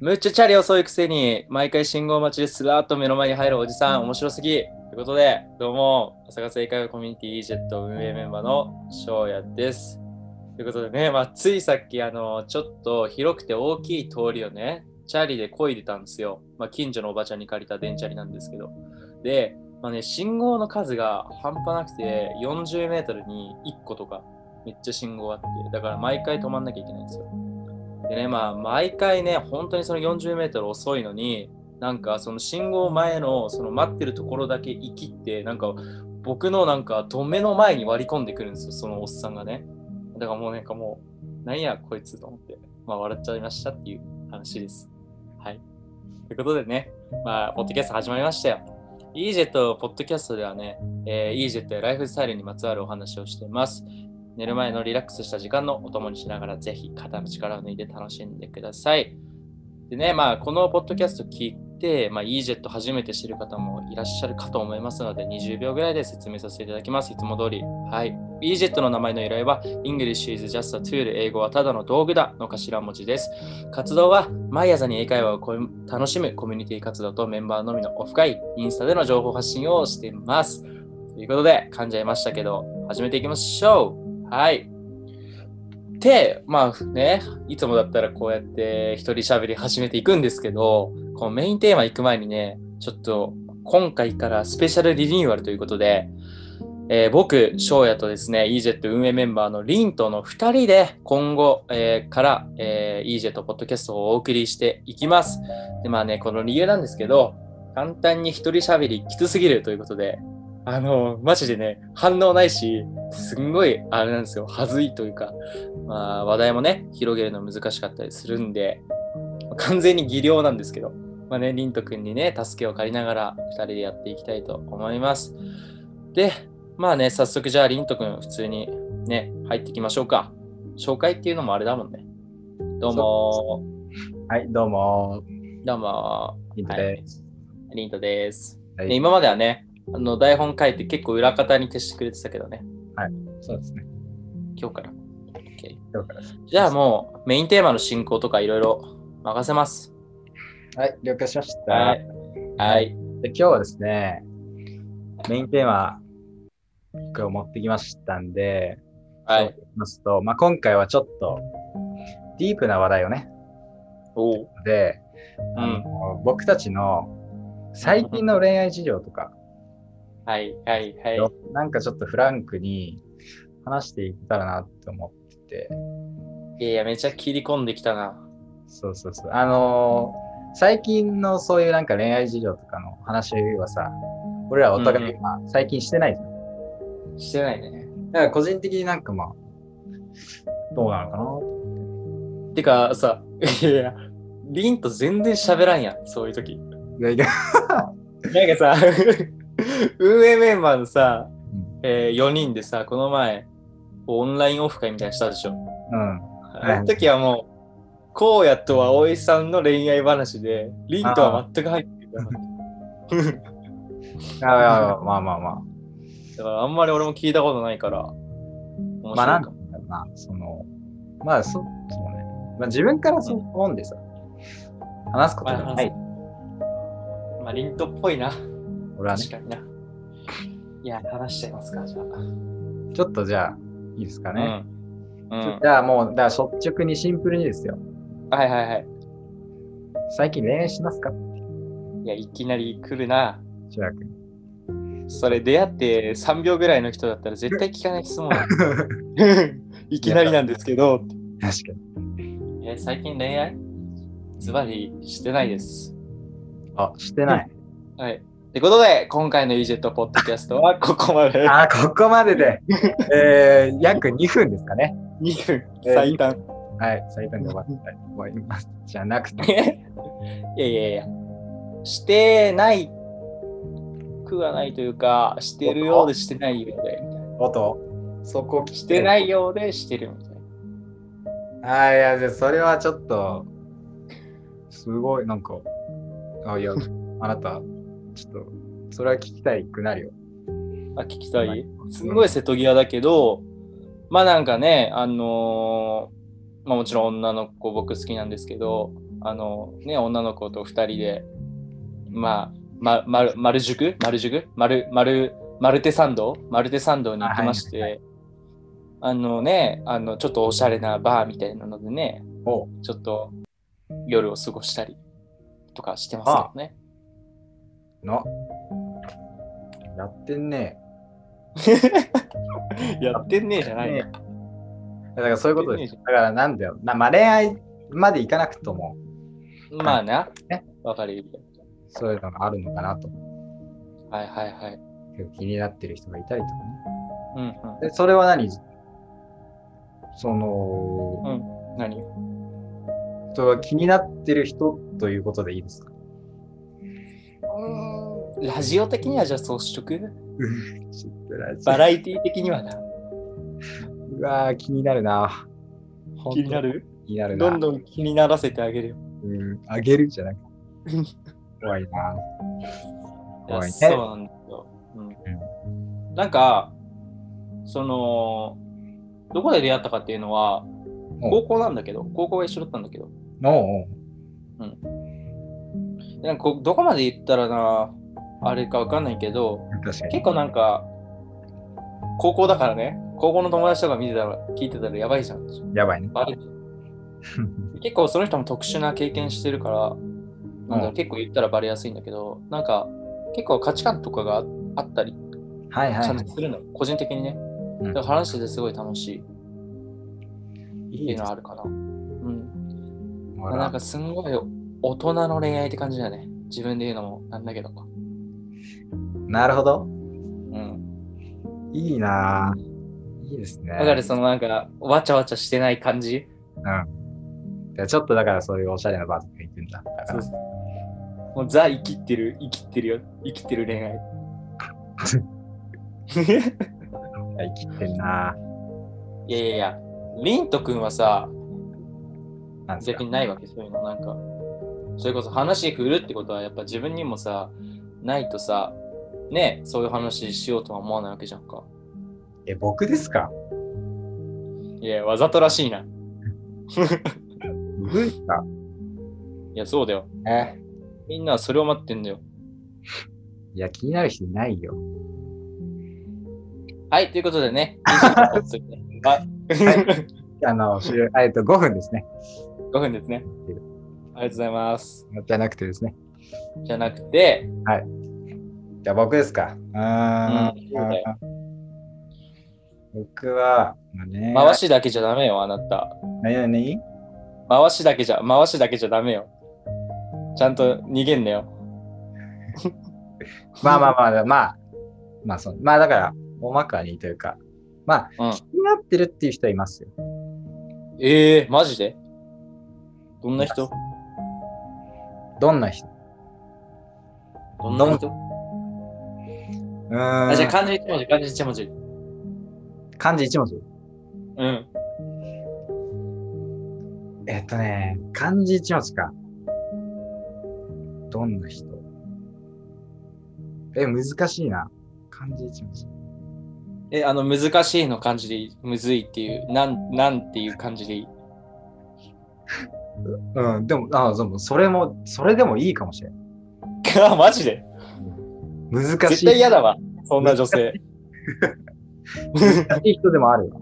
むっちゃチャリ遅いくせに、毎回信号待ちですらーっと目の前に入るおじさん、面白すぎ。ということで、どうも、朝霞正解コミュニティ EJET 運営メンバーの翔也です。ということでね、まあ、ついさっき、あの、ちょっと広くて大きい通りをね、チャリで漕いでたんですよ。まあ、近所のおばちゃんに借りた電チャリなんですけど。で、まあね、信号の数が半端なくて、40メートルに1個とか、めっちゃ信号あって、だから毎回止まんなきゃいけないんですよ。でね、まあ、毎回ね、本当にその40メートル遅いのに、なんかその信号前のその待ってるところだけ生きって、なんか僕のなんか止めの前に割り込んでくるんですよ、そのおっさんがね。だからもうなんかもう、なんやこいつと思って、まあ笑っちゃいましたっていう話です。はい。ということでね、まあ、ポッドキャスト始まりましたよ。EJET ポッドキャストではね、えー、EJET やライフスタイルにまつわるお話をしています。寝る前のリラックスした時間のお供にしながら、ぜひ肩の力を抜いて楽しんでください。でね、まあ、このポッドキャスト聞いて、まあ、EJET 初めて知る方もいらっしゃるかと思いますので、20秒ぐらいで説明させていただきます。いつも通り。はい。EJET の名前の由来は、English is just a tool、英語はただの道具だの頭文字です。活動は、毎朝に英会話をこう楽しむコミュニティ活動とメンバーのみのオフ会、インスタでの情報発信をしています。ということで、噛んじゃいましたけど、始めていきましょうはい。で、まあね、いつもだったらこうやって一人喋り始めていくんですけど、このメインテーマ行く前にね、ちょっと今回からスペシャルリニューアルということで、えー僕、翔也とですね、EJET 運営メンバーのリンとの2人で今後、えーから、えー、EJET ポッドキャストをお送りしていきます。で、まあね、この理由なんですけど、簡単に一人喋りきつすぎるということで、あの、マジでね、反応ないし、すんごい、あれなんですよ、はずいというか、まあ、話題もね、広げるの難しかったりするんで、完全に技量なんですけど、まあね、りんとくんにね、助けを借りながら、2人でやっていきたいと思います。で、まあね、早速、じゃあ、りんとくん、普通にね、入っていきましょうか。紹介っていうのもあれだもんね。どうもはい、どうも、ー、どうもヒントです。ー、りんとです。はいね今まではね、あの台本書いて結構裏方に徹してくれてたけどね、そうですね。今日から。OK 今日からですじゃあもうメインテーマの進行とかいろいろ任せます。はい、了解しました。はい。はい。で今日はですね、メインテーマ、今日持ってきましたんで、はい。そうしますと、まあ、今回はちょっと、ディープな話題をね、おう。で、うあん。の僕たちの最近の恋愛事情とか、はいはいはい。なんかちょっとフランクに話していけたらなって思ってて、いやいや、めちゃ切り込んできたな。そうそうそう。あのー最近のそういうなんか恋愛事情とかの話はさ、俺らお互いうんまあ最近してないじゃん。してないね。だから個人的になんかまあ、どうなのかなてかさ、いやいや、リンと全然喋らんやん、そういう時。いやいやなんかさ、 運営メンバーのさうん、え4人でさ、この前、オンラインオフ会みたいにしたでしょ。うん。いあの時はもう、こうやと葵さんの恋愛話で、リンとは全く入ってなかった。ああまあまあまあ。だからあんまり俺も聞いたことないから。面まあ白ないんかかもまあ、その、まあそ、そうね。まあ自分からそう思うんでさ、話すことがない。まあ、リントっぽいな。俺はね確、かにな。いや、話しちゃいますか、じゃあ。ちょっとじゃあ、いいですかね。うん。うちょん。じゃあもう、だから率直にシンプルにですよ。はいはいはい。最近恋愛しますかいや、いきなり来るな。千く君。それ出会って3秒ぐらいの人だったら絶対聞かない質問だ。いきなりなんですけど。確かに。えー最近恋愛ズバリしてないです。あ、してない。はい。ってことで、今回の EJET ポッドキャストはここまで あ、ここま でで、えー、約2分ですかね。 2分最短。はい、最短で終わったいと思います。じゃなくて、えいやいやいや、してないくはないというか、してるようでしてないようでみたいな、おっと、そこ来してない。ようでしてるみたいな。あーいや、じゃあそれはちょっと、すごい、なんか、あ、いや、あなた、ちょっと、それは聞きたいくなるよ。あ、聞きたいすんごい瀬戸際だけど、まあなんかね、あのーまあ、もちろん女の子僕好きなんですけどあの、ね、女の子と2人で、まあ、ま丸丸宿丸宿丸丸丸手参道丸手参道に行ってまして、あはあのねあのちょっとおしゃれなバーみたいなのでねおうちょっと夜を過ごしたりとかしてますけどね。な。やってんねやってんねえじゃないねの。だからそういうことです。やだからなんだよ。なまあ、恋愛までいかなくとも、まあなね。わかるよ。そういうのがあるのかなと。はいはいはい。結構気になってる人がいたりとかね。うんでそれは何その、うん。何人が気になってる人ということでいいですかラジオ的にはじゃあそうしとくババララエティ的にはな。うわー気になるな。本当気になる気になるな。どんどん気にならせてあげるよ。うん、あげるじゃなく てうん。怖いいやな。怖いね。そうなんだよ。うん。なんか、その、どこで出会ったかっていうのは、うん高校なんだけど、高校が一緒だったんだけど、おうなんかこどこまで行ったらな、あれかわかんないけど、おう確かに。結構なんか、高校だからね、高校の友達とか見てたら、聞いてたらやばいじゃん。やばいね。 バレてる結構その人も特殊な経験してるから、なんだろう結構言ったらバレやすいんだけど、なんか結構価値観とかがああったり、はいはいちゃんはとするの、個人的にね。うんだから話しててすごい楽しいっい。ていいいうのな。はあるかな。うん。ほなんらかすんごい大人の恋愛って感じだよね。自分で言うのもなんだけど。なるほど。うん。いいな。いいですね。だからそのなんか、わちゃわちゃしてない感じ。じゃあちょっとだからそういうおしゃれなバーとか行くんだ。だからもうザ生きってる、生きってるよ。生きてる 恋愛。生きてんな。いやいやいや、リント君はさ、なんです逆かにないわけ、そういうの。なんか、それこそ話振るってことは、やっぱ自分にもさ、ないとさ、ね、そういう話しようとは思わないわけじゃんか。え、僕ですかいや、わざとらしいな。い僕ですかや、そうだよ。えみんなはそれを待ってんだよ。いや、気になる人いないよ。はい、ということでね、25分 はい あの、終了えっと、5分ですね。 5分ですね。ありがとうございます。じゃなくてですね。じゃなくて、じゃあ僕ですか。うーん。うんそうだよ僕は、まあね、回しだけじゃダメよ、あなた。何何回しだけじゃ、回しだけじゃダメよ。ちゃんと逃げんなよ。 まあまあまあ、まあ、まあ、そうまあだから、大まかにというか、まあ、うん気になってるっていう人はいますよ。ええマジでどんな人どんな人どんな人うーん。あ、じゃあ漢字一文字、漢字一文字。漢字一文字。うん。えっとね、漢字一文字か。どんな人え、難しいな。漢字一文字。え、あの、難しいの漢字でいい。むずいっていう、なん、なんていう漢字でいい。 うん、でも、あでもそれも、それでもいいかもしれない。あ、マジで難し絶い。対嫌だわ。そんな女 性。難しい人でもあるよ。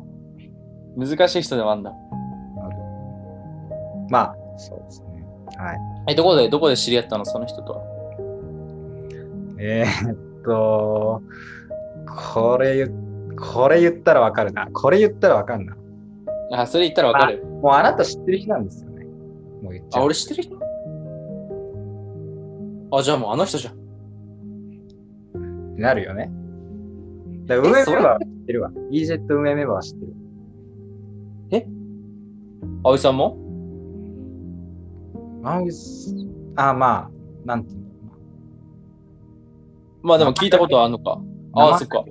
難しい人でもあんだ。あるまあ、そうですね。はい。え、どこで、どこで知り合ったのその人とは。えーっと、これ言っ、これ言ったらわかるな。これ言ったらわかるな。あ、それ言ったらわかる。もうあなた知ってる人なんですよね。もう言っちあゃう。俺知ってる人あ、じゃあもうあの人じゃん。なるよね。だから運営メそれンバーは知ってるわ。EJET 運営メンバーは知ってる。葵さんもあ、うっすあ、まあ、なんていうの。まあでも聞いたことはあんのか。ああ、そっか。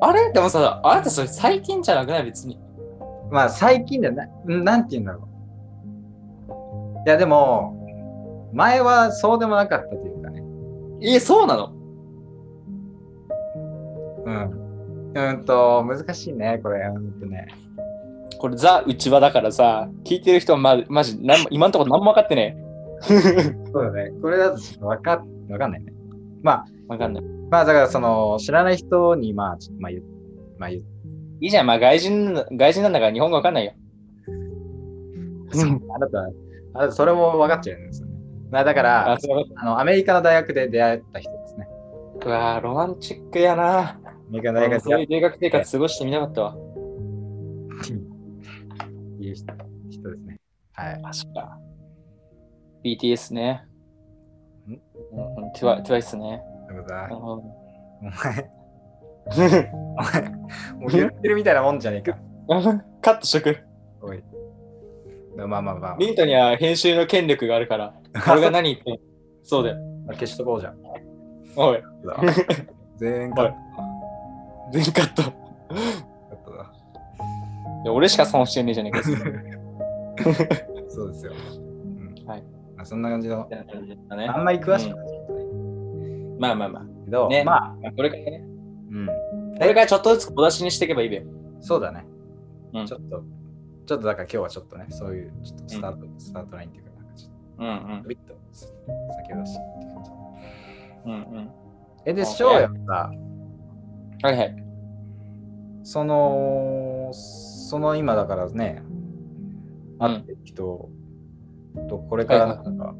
あれでもさ、あなたそれ最近じゃなくない別に。まあ最近だよな、うんなんて言うんだろう。いやでも、前はそうでもなかったというかね。え、そうなのうん。うんと、難しいね、これ。うんとね。これザ内輪だからさ、聞いてる人はま、マジ、なんも今んところ何も分かってねそうだね。これだとちょっとわかん、わかんないね。まあ、え。分かんない。まあだからその、知らない人に、まあ、ちょっとまあ言う、まあ言う。いいじゃん、まあ外人、外人なんだから日本語分かんないよ。あなた、あなたそれも分かっちゃうんですよね。まあだからあ、、そうあの、アメリカの大学で出会った人ですね。うわロマンチックやな。アメリカの大学でそうい出会う留学生活過ごしてみなかったわ。っていう人人ですね。はい。マジか。BTS ね。んうん、トゥワトゥワイスね。でもさなる、ほどお前、お前、もう言ってるみたいなもんじゃねえか。 カットしとく。おい。まあまあまあ、ミントには編集の権力があるから。これが何言 ってもそうだよ。消しとこうじ ゃん。おい、全カッ全カット。いトだ。や俺しか損してねえじゃねえか。そうですよ。うんはい。まあそんな感じの。ねあんまり詳しくないまあまあまあ。けど、ねまあ、まあこれからね。うん。これからちょっとずつ小出しにしていけばいいべよ。そうだね。うんちょっと、ちょっとだから今日はちょっとね、そういう、ちょっとスタート、スタートラインっていうか、なんかちょっうんと、ビッと、先ほどしっていう感じ。うん。うんうん。え、で、そうねしょうやっぱ、はいはい。その、その今だからね、会ってる人とこれからなんか、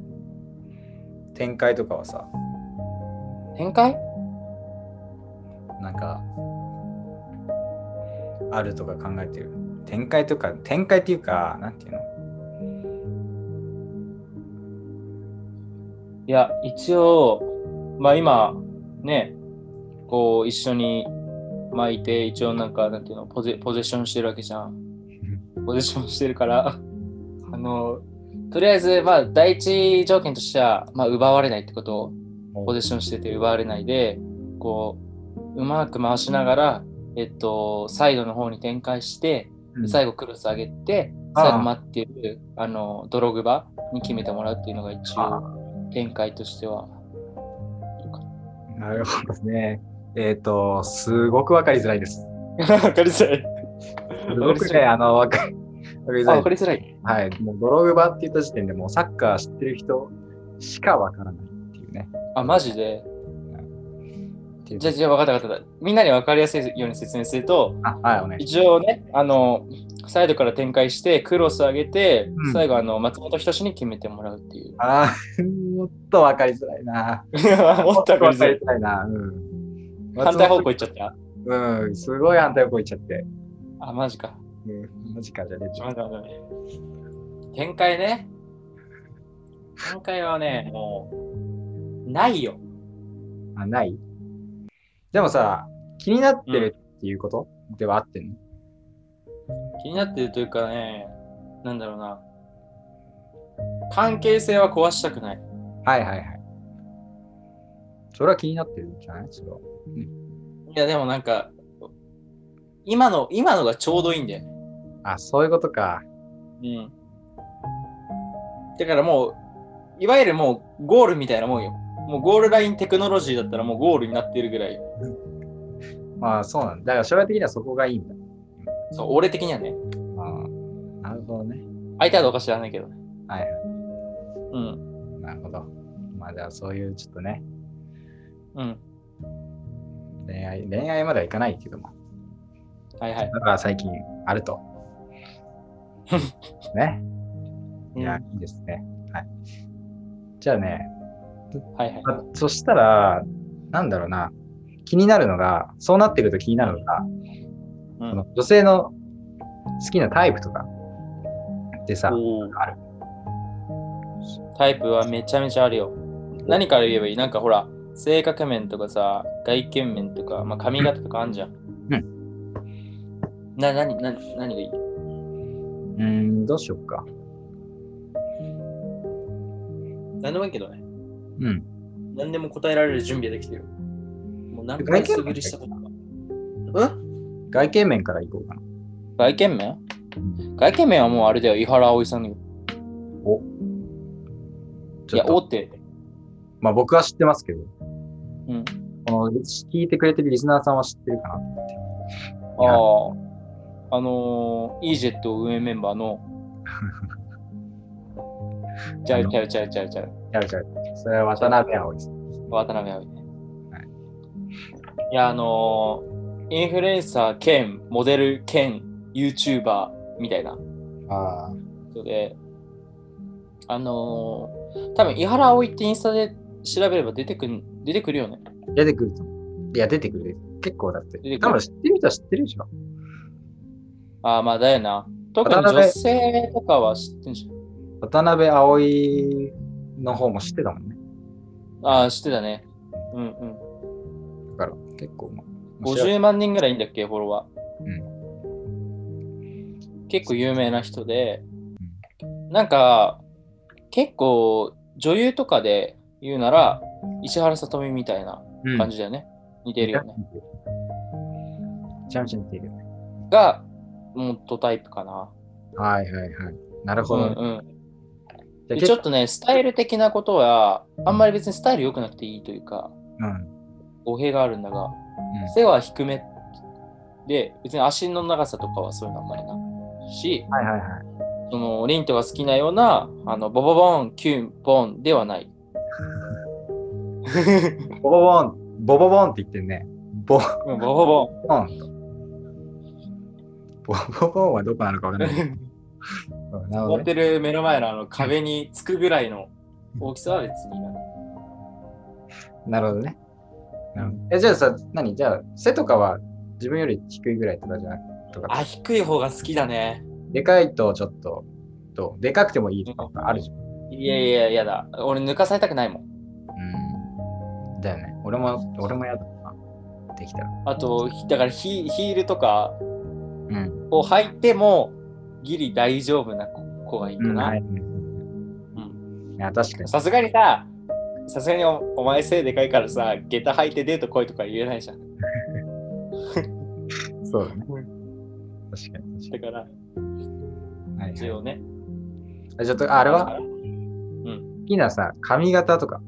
展開とかはさ、展開なんか、あるとか考えてる。展開とか、展開っていうか、なんていうのいや、一応、まあ今、ね、こう一緒に巻いて、一応なんか、なんていうの、ポゼポゼッションしてるわけじゃん。ポゼッションしてるから、あの、とりあえず、まあ第一条件としては、まあ奪われないってことをポゼッションしてて奪われないで、こう、うまく回しながら、えっと、サイドの方に展開して、うん最後クロス上げて、ああ最後待ってる、あの、ドログバに決めてもらうっていうのが一応。展開としては。なるほどね。えっ、と、すごくわかりづらいです。わかりづらい。すごくね、あの、わかりわかりづあ、らいわかでりづらい。す。はい。もう、ドログバって言った時点でもう、サッカー知ってる人しかわからないっていうね。あ、マジで。っていうじゃあ、じゃあ、分かった分かった。みんなに分かりやすいように説明すると、あ、はい、お願いし一応ね、あの、サイドから展開して、クロス上げて、うん最後、あの、松本人志に決めてもらうって いう。ます。あーもっとわかりづらいな。もっと分かりわづからりい。づらいな。うん。反対方向行っちゃった。うん、すごい反対方向行っちゃって。あ、マジか。うん、マジかじゃねえマジだマジだ展開ね。展開はね、もう、ないよ。あ、ないでもさ、気になってるっていうこと、ではあってんの気になってるというかね、なんだろうな。関係性は壊したくない。はいはいはい。それは気になってるんじゃないそれは。いや、でもなんか、今の、今のがちょうどいいんだよね。あ、そういうことか。うん。だからもう、いわゆるもうゴールみたいなもんよ。もうゴールラインテクノロジーだったらもうゴールになってるぐらいよ。まあそうなんだ。だから将来的にはそこがいいんだ。そう、俺的にはね。あーなるほどね。相手はどうか知らないけどね。はいはうん。い。なるほど。まあじゃあそういうちょっとね、うん。恋愛、恋愛まではいかないけども。はいはい。だから最近 あると。ね。いや、いいですね。はい。じゃあね、はいはい。あそしたら、なんだろうな、気になるのが、そうなってくると気になるのが、うそんの女性の好きなタイプとかでさ、おーあるタイプはめちゃめちゃあるよ。何から言えばいいなんかほら、性格面とかさ、外見面とか、まあ、髪型とかあんじゃん。。うんな、なに、な、何がいいうーん、どうしよっか。何でもいいけどね。うん。何でも答えられる準備ができてる。もう何回素振りしたことか。うん外見面からいこうかな。外見面外見面はもうあれだよ、井原葵さんのよ。いちょやっ、大と、手。まあ僕は知ってますけど、うん。この聞いてくれてるリスナーさんは知ってるかなと思って。ああ。あのー、EJET 運営メンバー の、ちゃうちゃうちゃうちゃうちゃう、やるちゃう。それは渡辺葵さん。渡辺葵ね。いや、あのー、インフルエンサー兼モデル兼 YouTuber みたいなああ。人で、あのー、多分井原葵ってインスタで調べれば出てくる出てくるよね。出てくると思う。いや、出てくる。結構だって出てく。る多分知ってる人は知ってるでしょ。ああ、まあだよな。特に渡辺女性とかは知ってんじゃん。渡辺葵の方も知ってたもんね。ああ、知ってたね。うんうん。だから、結構、まあ、面白い50万人ぐらいいんだっけ、フォロワー。う結構有名な人で、なんか、結構女優とかで言うなら、石原さとみみたいなうん感じだよね。似てるよね。めちゃめちゃ似てるよね。が、もっとタイプかな。はいはいはい。なるうほどんね。うんじゃあで。結ちょっとね、スタイル的なことは、あんまり別にスタイル良くなくていいというか、うん。うん語弊があるんだが、背は低めで、別に足の長さとかはそういうのあんまりないし、はいはいはい。そのリントが好きなような、あのボボボン、キュン、ボンでは ない。ボボボン、ボボボンって言ってんね。ボボうんボボボン。ボンと。ボボボンはどこなのかわか んない。うんなる持ほどっね。てる目の前のあの壁につくぐらいの大きさは別にいらない。なるほどね。うんえ、じゃあさ、何じゃあ、背とかは自分より低いぐらいとかじゃなくとか、あ、低い方が好きだね。でかいとちょっと、どうでかくてもいいとかあるじゃん。いやいやいやだ。俺抜かされたくないもん。うん。だよね。俺も、俺もやだな。できたら。あと、ひだからヒヒールとかうん。を履いてもギリ大丈夫な子子がいいかうん、なはい。。うんいや、確かに。さすがにさ、さすがにおお前背でかいからさ、下駄履いてデート来いとか言えないじゃん。そうだね。確かに。確かだから、にはい一はい応ね。あ。ちょっと、ああれだかはら好きなさ、髪型とか。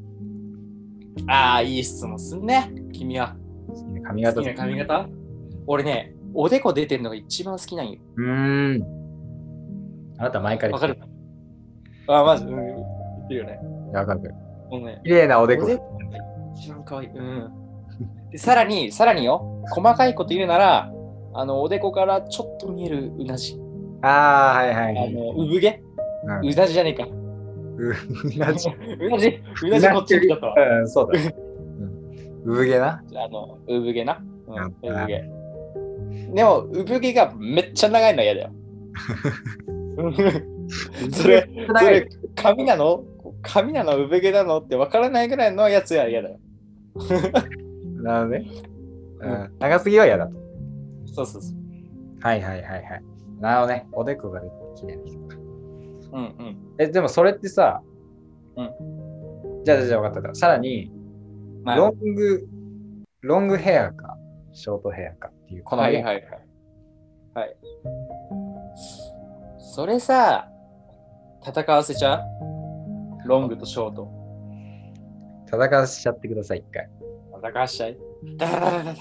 ああ、いい質問すんね、君は。好きな髪好型きな髪型俺ね、おでこ出てるのが一番好きなんよ。うーん。あなた毎回わかるああ、まず、うん、言ってるよね。いやわかるわかる。もうね、綺麗なおでこお。でこが一番可愛い。 うん。で、さらに、さらによ、細かいこと言うなら、あの、おでこからちょっと見えるうなじ。ああ、はいはあいはい。の、産毛うんうなじじゃねえか。ううなじ。うなじ、うなじこっちに来たとは。 うん、そうだ。うん産毛な。あの、産毛な。うんやっ、た産毛。でも、産毛がめっちゃ長いのは嫌だ よ。それ、それ、髪なの髪なの産毛なのって分からないぐらいのやつは嫌だよ。なのね。うん長すぎは嫌だと。そうそうそう。はいはいはいはい。なるほどね。おでこが出て綺麗な人か。うんうん。え、でもそれってさ、うじゃあじゃあじゃあ分かった。さらに、まあロング、ロングヘアか、ショートヘアかっていう、このはい辺、はいはい。はい。それさ、戦わせちゃうロングとショート。戦わせちゃってください、一回。戦わしちゃい。ダダダダダダ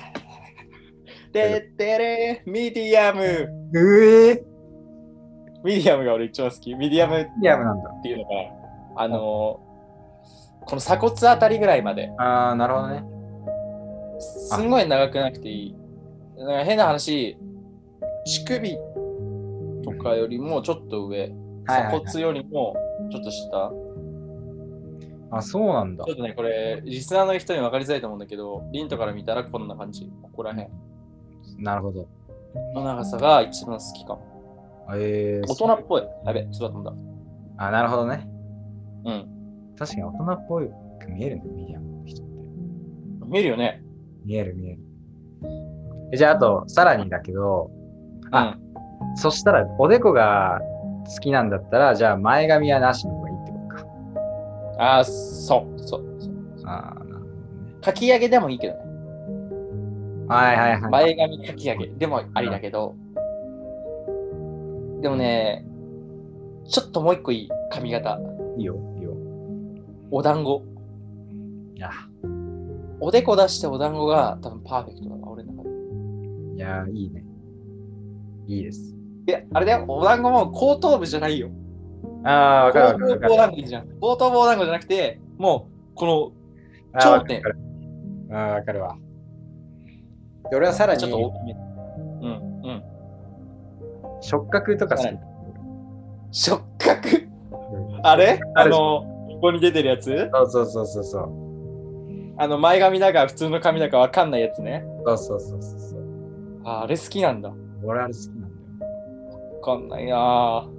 でってれミディアムうえミディアムが俺一番好き。ミディアムっリアムなんだ。ていうのが、あのー、この鎖骨あたりぐらいまで。ああ、なるほどね。すんごい長くなくていい。だから変な話、乳首とかよりもちょっと上、はいはいはい鎖骨よりもちょっと下。あ、そうなんだちょ。っとね、これ、リスナーの人に分かりづらいと思うんだけど、リントから見たらこんな感じ、ここら辺なるほど。の長さが一番好きかも。えー、大人っぽい。やべ、ちょっと飛んだ。あ、なるほどね。うん。確かに大人っぽく見えるね、ミディアムの人って。見えるよね。見える見える。えじゃあ、あと、さらにだけど、あうん、そしたら、おでこが好きなんだったら、じゃあ、前髪はなしの方がいいってことか。あー、そう、そう。そうあーなるほどねかき上げでもいいけどね。はいはいはい。前髪かき上げでもありだけど、でもね、ちょっともう一個いい髪型。いいよ、いいよ。お団子。いや、おでこ出してお団子が多分パーフェクトだな、俺の中で。いや、いいね。いいです。で、あれだよ、お団子も後頭部じゃないよ。ああ、わかるわかる後頭わ部かるお団子じゃん。後頭部お団子じゃなくて、もう、こあー頂点わかるあー、わかるわ。で俺はさの、らにちょっと大きめ。うん、うん。触覚とか好きは。触覚あれああるじゃんの、ここに出てるやつそうそうそうそうそう。あの、前髪だか普通の髪だかわかんないやつね。そうそうそうそうそう。ああれ好きなんだ。俺あれ好きなんだよ。わかんないなああ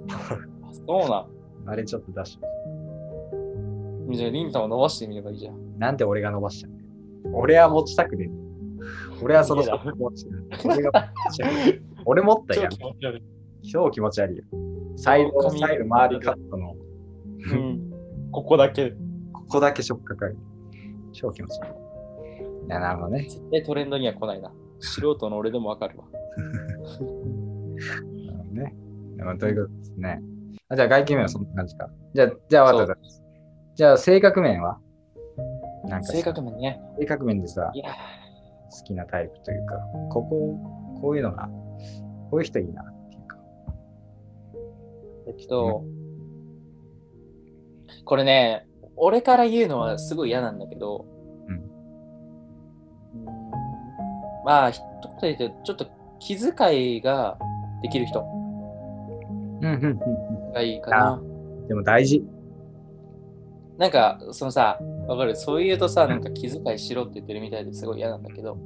そうなあれちょっと出しん。じゃあ、リンさんを伸ばしてみればいいじゃん。なんで俺が伸ばしちゃうの俺は持ちたくねえ。俺はそのいいな触覚持ち俺が持ちたくねえ俺持ったや超。ん気持ち悪い超気持ち悪いよ。サイド、髪サイド周りカットの、うん。ここだけ。ここだけ触覚ある。超気持ち悪い。いや、なるほどね。絶対トレンドには来ないな。素人の俺でもわかるわ。なるほどね。まあ、ということですね。あじゃあ、外見面はそんな感じか。じゃあ、じゃあ、わかったわかった。じゃあ、性格面はなんかさ性格面ね。性格面でさ、いやー、好きなタイプというか、ここ、こういうのが、こういう人いいなっていうか。えっと、これね、俺から言うのはすごい嫌なんだけど、うんうーんまあ、一言で言うと、ちょっと気遣いができる人うんうんうんがいいかな。うん。でも大事。なんか、そのさ、わかる、そういうとさ、なんか気遣いしろって言ってるみたいですごい嫌なんだけど、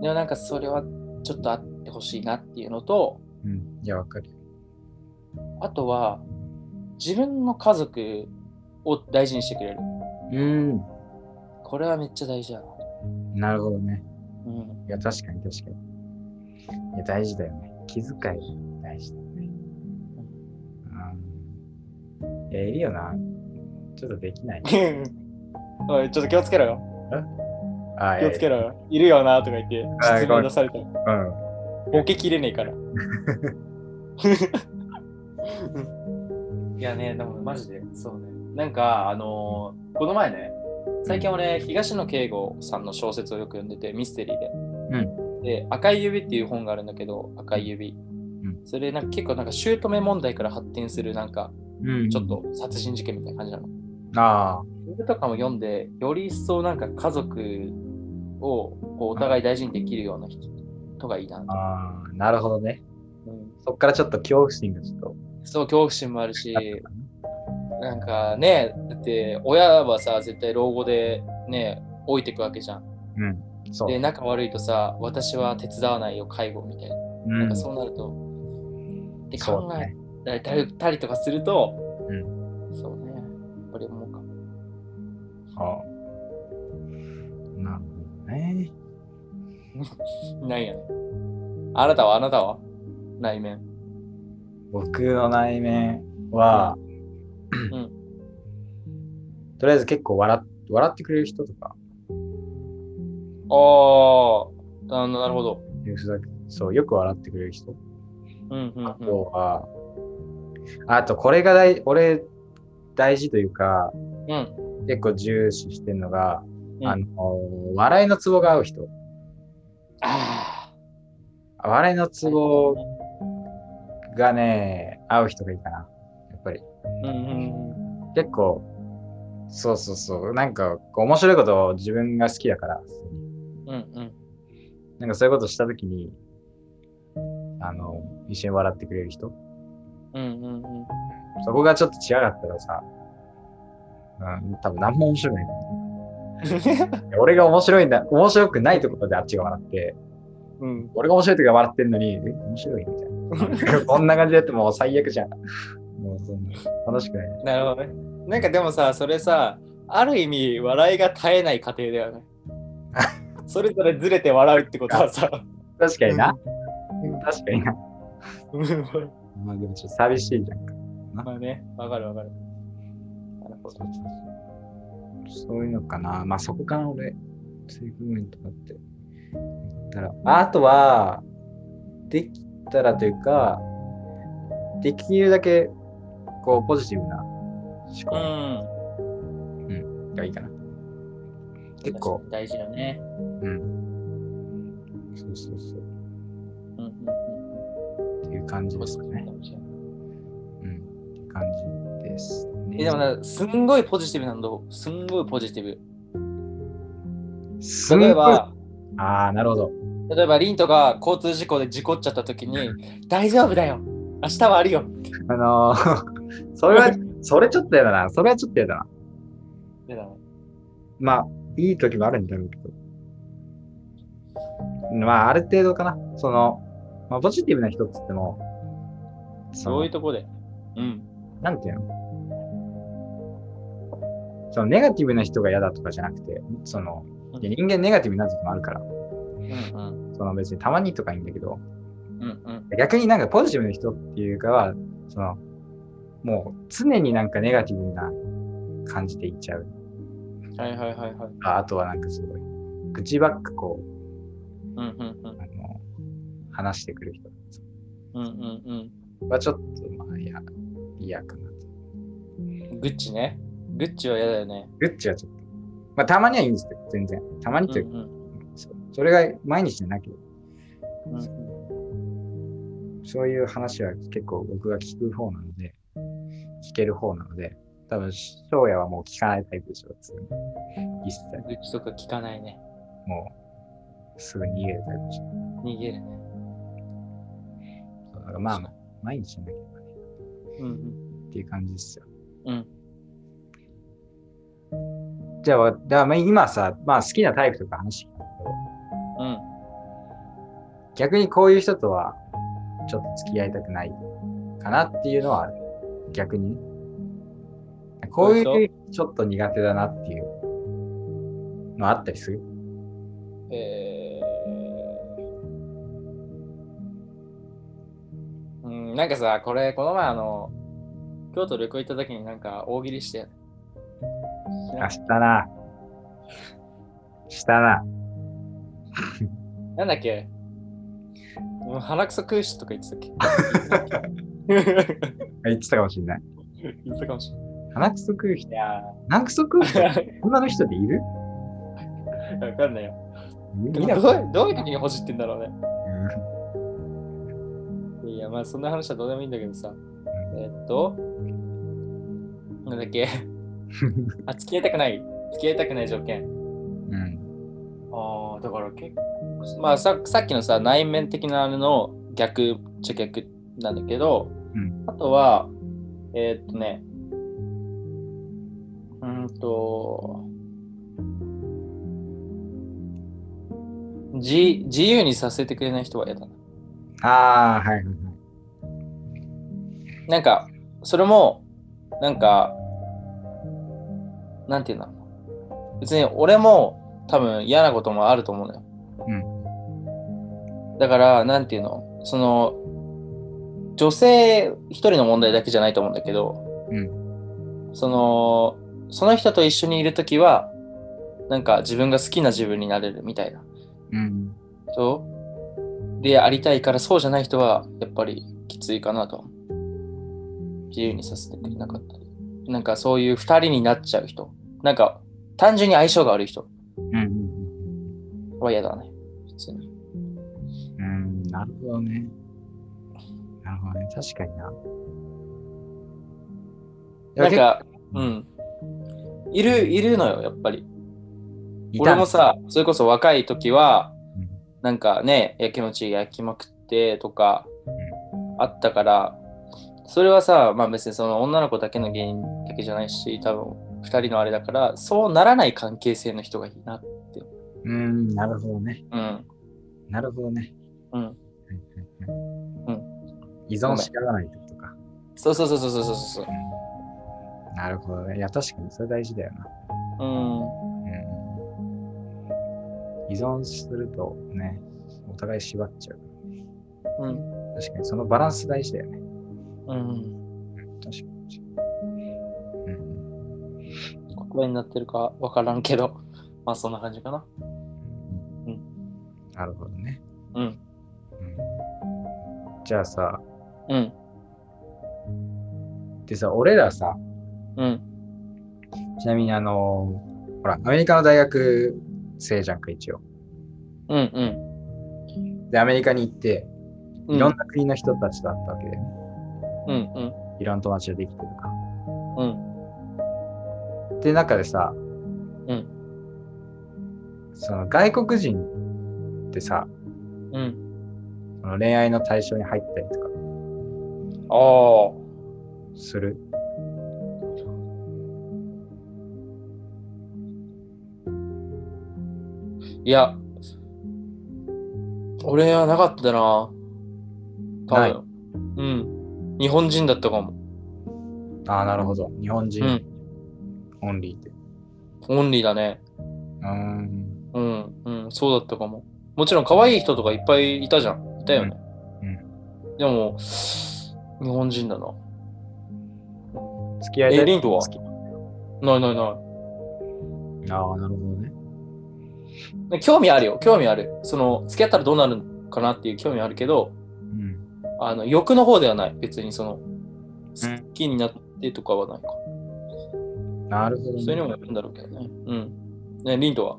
でもなんかそれはちょっとあってほしいなっていうのと、うん。いや、わかる。あとは、自分の家族を大事にしてくれる。うん。これはめっちゃ大事だな。なるほどね。うん いや、確かに確かに。いや、大事だよね。気遣い、大事だよね。うん。いや、いるよな。ちょっとで きない。おい、ちょっと気をつけろよ。あ気をつけろ。ろよ。いるよなとか言って、はい質問出されたら、うん。ボケきれねえから。 いやね、でもマジで、そうね。なんか、あのーこの前ね、最近俺、東野圭吾さんの小説をよく読んでて、ミステリーで。で、赤い指っていう本があるんだけど、赤い指。んそれなんか結構なんか姑問題から発展するなんかうん。ちょっ。と殺人事件みたいな感じなの。ああ。それとかも読んで、より一層なんか家族をこうお互い大事にできるような人とかいいな。ああ、なるほどね。うんそっからちょっと恐怖心がちょっと。そう、恐怖心もあるし、なんかね、だって親はさ、絶対老後でね、老いていくわけじゃん。うん。そう。で、仲悪いとさ、私は手伝わないよ、介護みたいな。うんなんかそうなると、でそう考だねえたりたりとかすると、うそうね、これもうか。はあなるほどね。ないやね。あなたはあなたは内面。僕の内面は、んとりあえず結構笑っ笑ってくれる人とか、ああ、なるほど。ふざけそう、よく笑ってくれる人。うんうん、うん。あとは、あとこれが大俺大事というか、うん。結構重視してるのが、うんあの、笑いのツボが合う人。ああ。笑いのツボがね、合う人がいいかな。やっぱり。うんうん結構、そうそうそう。なんか、こう面白いことを自分が好きだから、うん。うんうん。なんかそういうことしたときに、あの、一緒に笑ってくれる人。うんうんうん。そこがちょっと違かったらさ、うん、多分何も面白くない。 俺が面白いんだ、面白くないところであっちが笑って、うん、俺が面白いときは笑ってるのに、え、面白いみた いな。こんな感じでやってもう最悪じゃん。もうそんな、楽しくない。なるほどね。なんかでもさ、それさ、ある意味、笑いが絶えない過程だよ ね。それぞれずれて笑うってことはさ。 確かにな。うん確かにな。うんまあでもちょっと寂しいじゃんか。まあね、わかるわかる。なるほど。そういうのかな。まあそこかな、俺。セグメントだって。だからあとは、できたらというか、できるだけ、こう、ポジティブな思う考ん。がいいかな。結構、大事だね。うん。そうそうそうう。んうんうんいう感じですかね。えうん。って感じですね。でもな、すんごいポジティブなんだ。すんごいポジティブ。すんごい例えば、ああ、なるほど。例えば、リンとか交通事故で事故っちゃった時に、大丈夫だよ。明日はあるよ。あのー それは、それちょっとやだな。それはちょっとやだな。でだねまあ、いい時もあるんだろうけど。まあ、ある程度かな。その、まあ、ポジティブな人っつっても、そのそういうとこで。うん。なんていうのそのネガティブな人が嫌だとかじゃなくて、その、いや人間ネガティブになる時もあるから、うんうん。その別にたまにとかいいんだけど、うんうん。逆になんかポジティブな人っていうかは、その、もう常になんかネガティブな感じでいっちゃう。はいはいはいはい。ああとはなんかすごい、口ばっかこうんうんう、あの、話してくる人うん。うんうんはちょっと、まあ、いや、嫌かなと。うん。グッチね。グッチは嫌だよね。グッチはちょっと。まあ、たまにはいいんですけど、全然。たまにうんとういうか、んそうそれが毎日じゃなけれうば、んうんそういう話は結構僕が聞く方なので、聞ける方なので、多分、翔也はもう聞かないタイプでしょ、普通に一切。グッチとか聞かないね。もう、すぐ逃げるタイプでしょ。逃げるね。だからまあ、毎日じゃなければね、うんっていう感じですよ。うん。じゃあ、わだからまあ今さ、まあ好きなタイプとか話してきたけど、うん。うん。逆にこういう人とは、ちょっと付き合いたくないかなっていうのはある。逆にね。こうそういいうちょっと苦手だなっていうのあったりするえーうん、なんかさ、これ、この前、あの、京都旅行行った時になんか大喜利して、あ、したな。したな。なんだっけもう鼻くそ食うしとか言ってたっけ言ってたかもしれない。 言ってたかもしれな鼻くそ食う人い。い、や鼻くそ食う人、 ー女の人でいるわかんないよ。見どうたことないどういう時にほじってんだろうね。いや、まあそんな話はどうでもいいんだけどさ。えーっと、なんだっけ あ、付き合いたくない。付き合いたくない条件。うんうんああ、だから結構、まあさ、さっきのさ、内面的なあれの逆っちゃ逆なんだけど、うんあとは、えーっとね、うーんと、じ自由にさせてくれない人は嫌だな。ああ、はいはいはい。なんか、それも、なんか、なんていうんだろうな。別に俺も多分嫌なこともあると思うのよ。だから、なんていうのその、女性一人の問題だけじゃないと思うんだけど、うその、その人と一緒にいるときは、なんか自分が好きな自分になれるみたいな。うん。そうでありたいからそうじゃない人はやっぱりきついかなとは思う自由にさせてくれなかったりなんかそういう二人になっちゃう人なんか単純に相性が悪い人うんうんは嫌だね普通にうん。うん、なるほどね。なるほどね。確かにな。なんいやかうんいるいるのよやっぱり結構俺も、さそれこそ若い時はうんなんかねやきもち焼きまくってとかあったからそれはさ、まあ、別にその女の子だけの原因だけじゃないし多分2人のあれだからそうならない関係性の人がいいなうん、なるほどね。うんなるほどね。うん依存し合わないってことか。そうそうそうそうそうそうそうなるほどね。いや、確かにそれ大事だような。んうん。依存するとね、お互い縛っちゃう。うん確かにそのバランス大事だよね。うん確かに。うん言葉になってるか分からんけど まあそんな感じかなうなるほどね。うんじゃあさ、うんでさ、俺らさ、うんちなみにあの、ほら、アメリカの大学生じゃんか、一応。うんうんで、アメリカに行って、うんいろんな国の人たちと会ったわけで、うんうんいろんな友達ができてとか。うんで、中でさ、うんその外国人ってさ、うんその恋愛の対象に入ったりとかああするいや俺はなかったな多分ないうん日本人だったかもああ、なるほど。日本人、うんオンリーで。オンリーだねうーん。うんうんそうだったかももちろん可愛い人とかいっぱいいたじゃんいたよねうんでも日本人だな付き合いえたいリンクは好きないないないああ、なるほどね。で興味あるよ興味あるその付き合ったらどうなるのかなっていう興味あるけどうん。あの欲の方ではない別にそのん好きになってとかはないか、なるほど、ね。それにもよるんだろうけどねうんねリンとは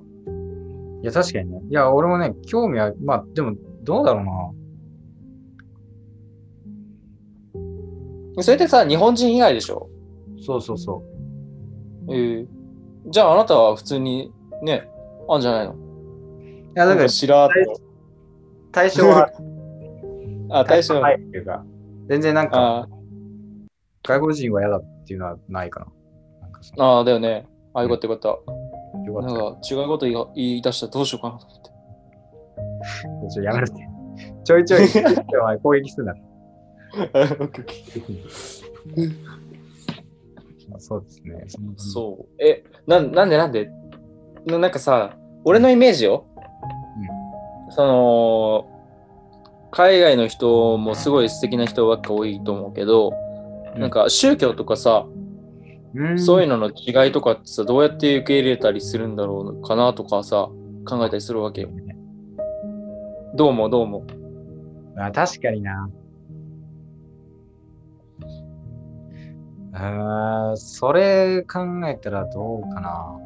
いや、確かにね。いや、俺もね、興味は、まあ、でも、どうだろうな。それってさ日本人以外でしょそうそうそえーじゃああなたは普通にねあんじゃないのう。いや、だなんからか、しらーっと対象 は、 あ大将はい、っていうか、全然なんあか、外国人は嫌だっていうのはないかな。なんかそああだよねあよかったよかっうよたかなっんか違うこと言い言い出したらどうしようかな と思ってた。ちょやめろって。ちょいちょ い、お前攻撃するな。そうですね。そう。え、なんなんでなんでななんかさ、俺のイメージよ。その、海外の人もすごい素敵な人ばっか多いと思うけど、うんなんか宗教とかさ、うん。そういううのの違いとかってさ、どうやって受け入れたりするんだろうかなとかさ、考えたりするわけよ。どうもどうも。の。あ、確かにな。あーそれ考えたらどうかな。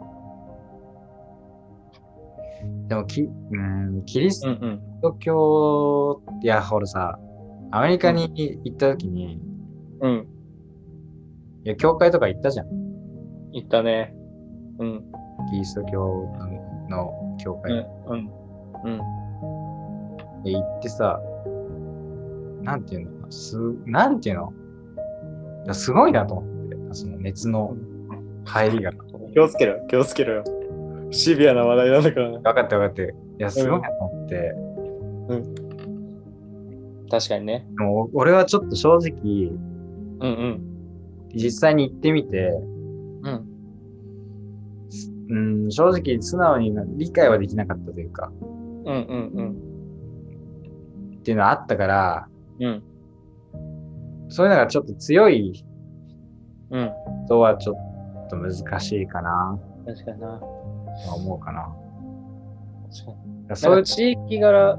でもき、うん、キリスうんうん。キリスト教いやほらさアメリカに行った時に、いうん。や教会とか行ったじゃん言ったね。うん。キリスト教の教う会、ん。うん。うん。で行ってさなんていうのかなすなんていうのいやすごいなと思ってその熱の入りが気をつけろ気をつけろよ。シビアな話題なんだからな。分かって分かっていやすごいなと思って、確かにね。でも俺はちょっと正直うん実際に行ってみてうん。うん。うん正直素直に理解はできなかったというかうんうんっていうのはあったからうん。うん。そういうのがちょっと強いうん。人はちょっと難しいかな確かにな。とは思うかな。確かに。そそうういいうう地域柄、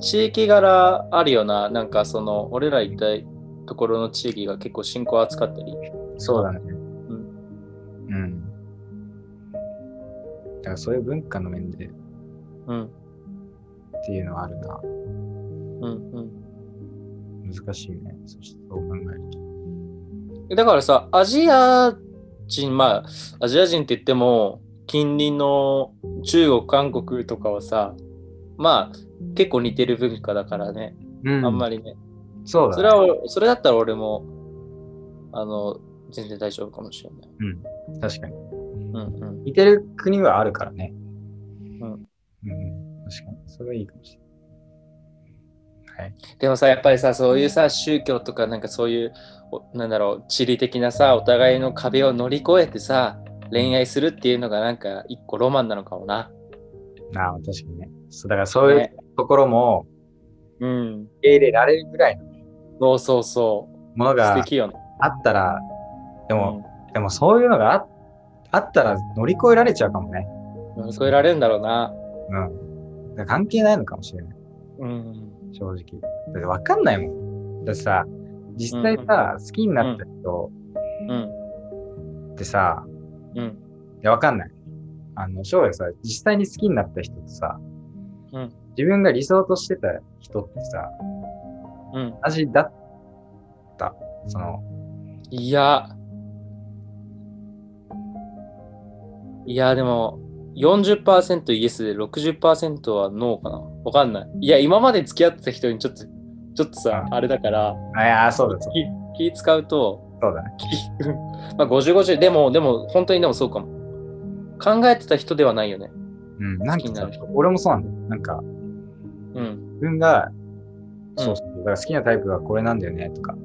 地域柄あるよな。なんかその、俺ら行ったところの地域が結構信仰扱ったり。そうだね。うん。だからそういう文化の面でっうん。ていうのはあるな。うんうん難しいね。そしてそう考えると。え。だからさ、アジア人、まあ、アジア人って言っても、近隣の中国、韓国とかはさ、まあ、結構似てる文化だからね。うあんまり。りね。そうだ、ね。それは俺、それだったら俺も、あの、全然大丈夫かもしれない。うん。確かに。うんうん。似てる国はあるからね。んうん。うん。確かに。それはいいかもしれない。はい。でもさ、やっぱりさ、そういうさ、宗教とか、なんかそういう、おなんだろう、地理的なさ、お互いの壁を乗り越えてさ、恋愛するっていうのがなんか一個ロマンなのかもな。ああ、確かにね。そうだからそういうねところもうん。受け入れられるぐらいのそうそうそう。もの素が敵よね。あったら、ででも、、でもそういうのがああったら乗り越えられちゃうかもね。うん乗り越えられるんだろうな。うん。だから関係ないのかもしれない、うん。正直。だって分かんないもん。だってさ、実際さ、好きになった人うん。ってさ、うん。いや分かんない。あの、翔也さ、実際に好きになった人とさ、うん自分が理想としてた人ってさ、うん。同じだった。その、いや。いや、でも、40%イエスで60%はノーかな。わかんない。いや、今まで付き合ってた人にちょっと、ちょっとさ、あれだから、あいや、そうだ、そう気気使うと、そうだね。気まあ、50、50、でも、でも、本当にでもそうかも。考えてた人ではないよね。うん、なんか気になさる人、俺もそうなんだよ。なんか、うん。自分が、うんそうそう、だから好きなタイプがこれなんだよね、とか、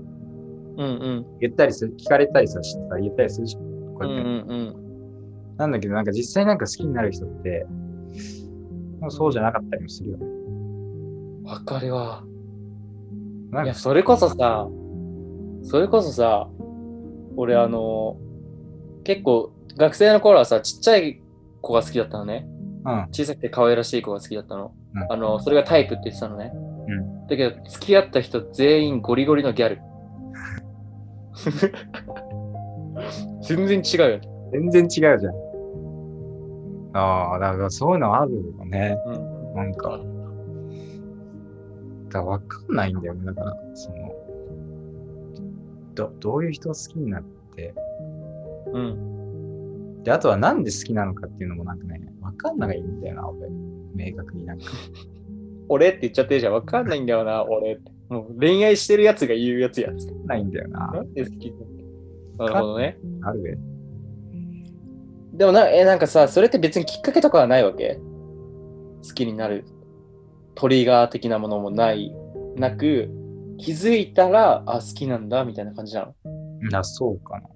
うんうん。言ったりする、聞かれたりさ、してさ言ったりするじゃん。こううやんっうてんなんだけど、なんか実際なんか好きになる人って、もうそうじゃなかったりもするよね。うん。わかるわ。ないんかや、、それこそさ、それこそさ、俺あの、結構学生の頃はさ、ちっちゃい子が好きだったのね。うん、小さくて可愛らしい子が好きだったの。うんあの、それがタイプって言ってたのね。うだけど、付き合った人全員ゴリゴリのギャル。 全然違うよね。全然違うじゃん。ああ、だからそういうのあるよね。うん。なんか、だからわかんないんだよね。だから、その、ど、どういう人を好きになって、うん。で、あとはなんで好きなのかっていうのもなんかね、わかんないんだよな、俺。明確になんか。俺って言っちゃってるじゃん。わかんないんだよな、俺って。もう恋愛してるやつが言うやつや。わかんないんだよなな。んで好きなのなるほどね。あるべ。でもな、え、なんかさ、それって別にきっかけとかはないわけ好きになる。トリガー的なものもない。なく、気づいたら、あ、好きなんだ、みたいな感じなの。な、そうかな。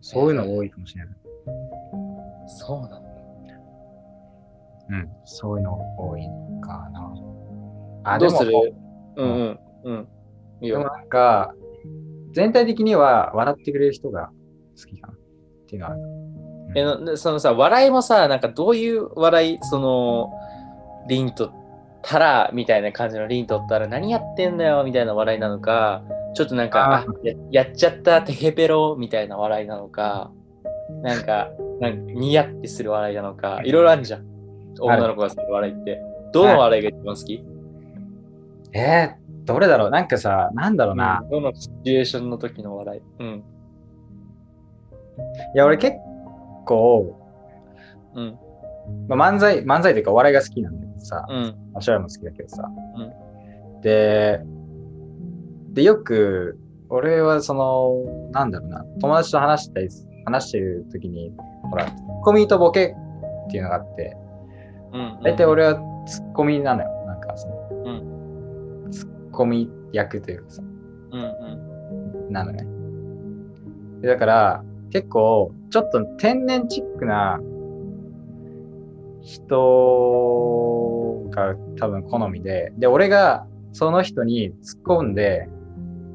そういうの多いかもしれない。そうなの。うん、そういうの多いかな。あ、どでうもするうんうん。うん。いいでもよ。なんか、全体的には笑ってくれる人が好きかなっていうのはある。え、ななそのさ、笑いもさ、なんかどういう笑い、その、凛とったら、みたいな感じの凛とったら、何やってんだよ、みたいな笑いなのか、ちょっとなんか、ああややっちゃった、てへぺろ、みたいな笑いなのか、なんか、なんかニヤってする笑いなのか、いろいろあるじゃん。女の子がする笑いって。どの笑いが一番好きえー、どれだろうなんかさ、なんだろうな。うんどのシチュエーションの時の笑い。うん。いや、俺結構、うん。まあ、漫才、漫才というかお笑いが好きなんだけどさ、うん。まあ、将来も好きだけどさ。で、で、よく、俺はその、なんだろうな、友達と話したりす、話してる時に、ほら、ツッコミとボケっていうのがあって、うん。大体俺はツッコミなのよ。なんかその、うツッコミ役というかさ、うん。うん。なのね。でだから、結構、ちょっと天然チックな人が多分好みで、で、俺がその人に突っ込んで、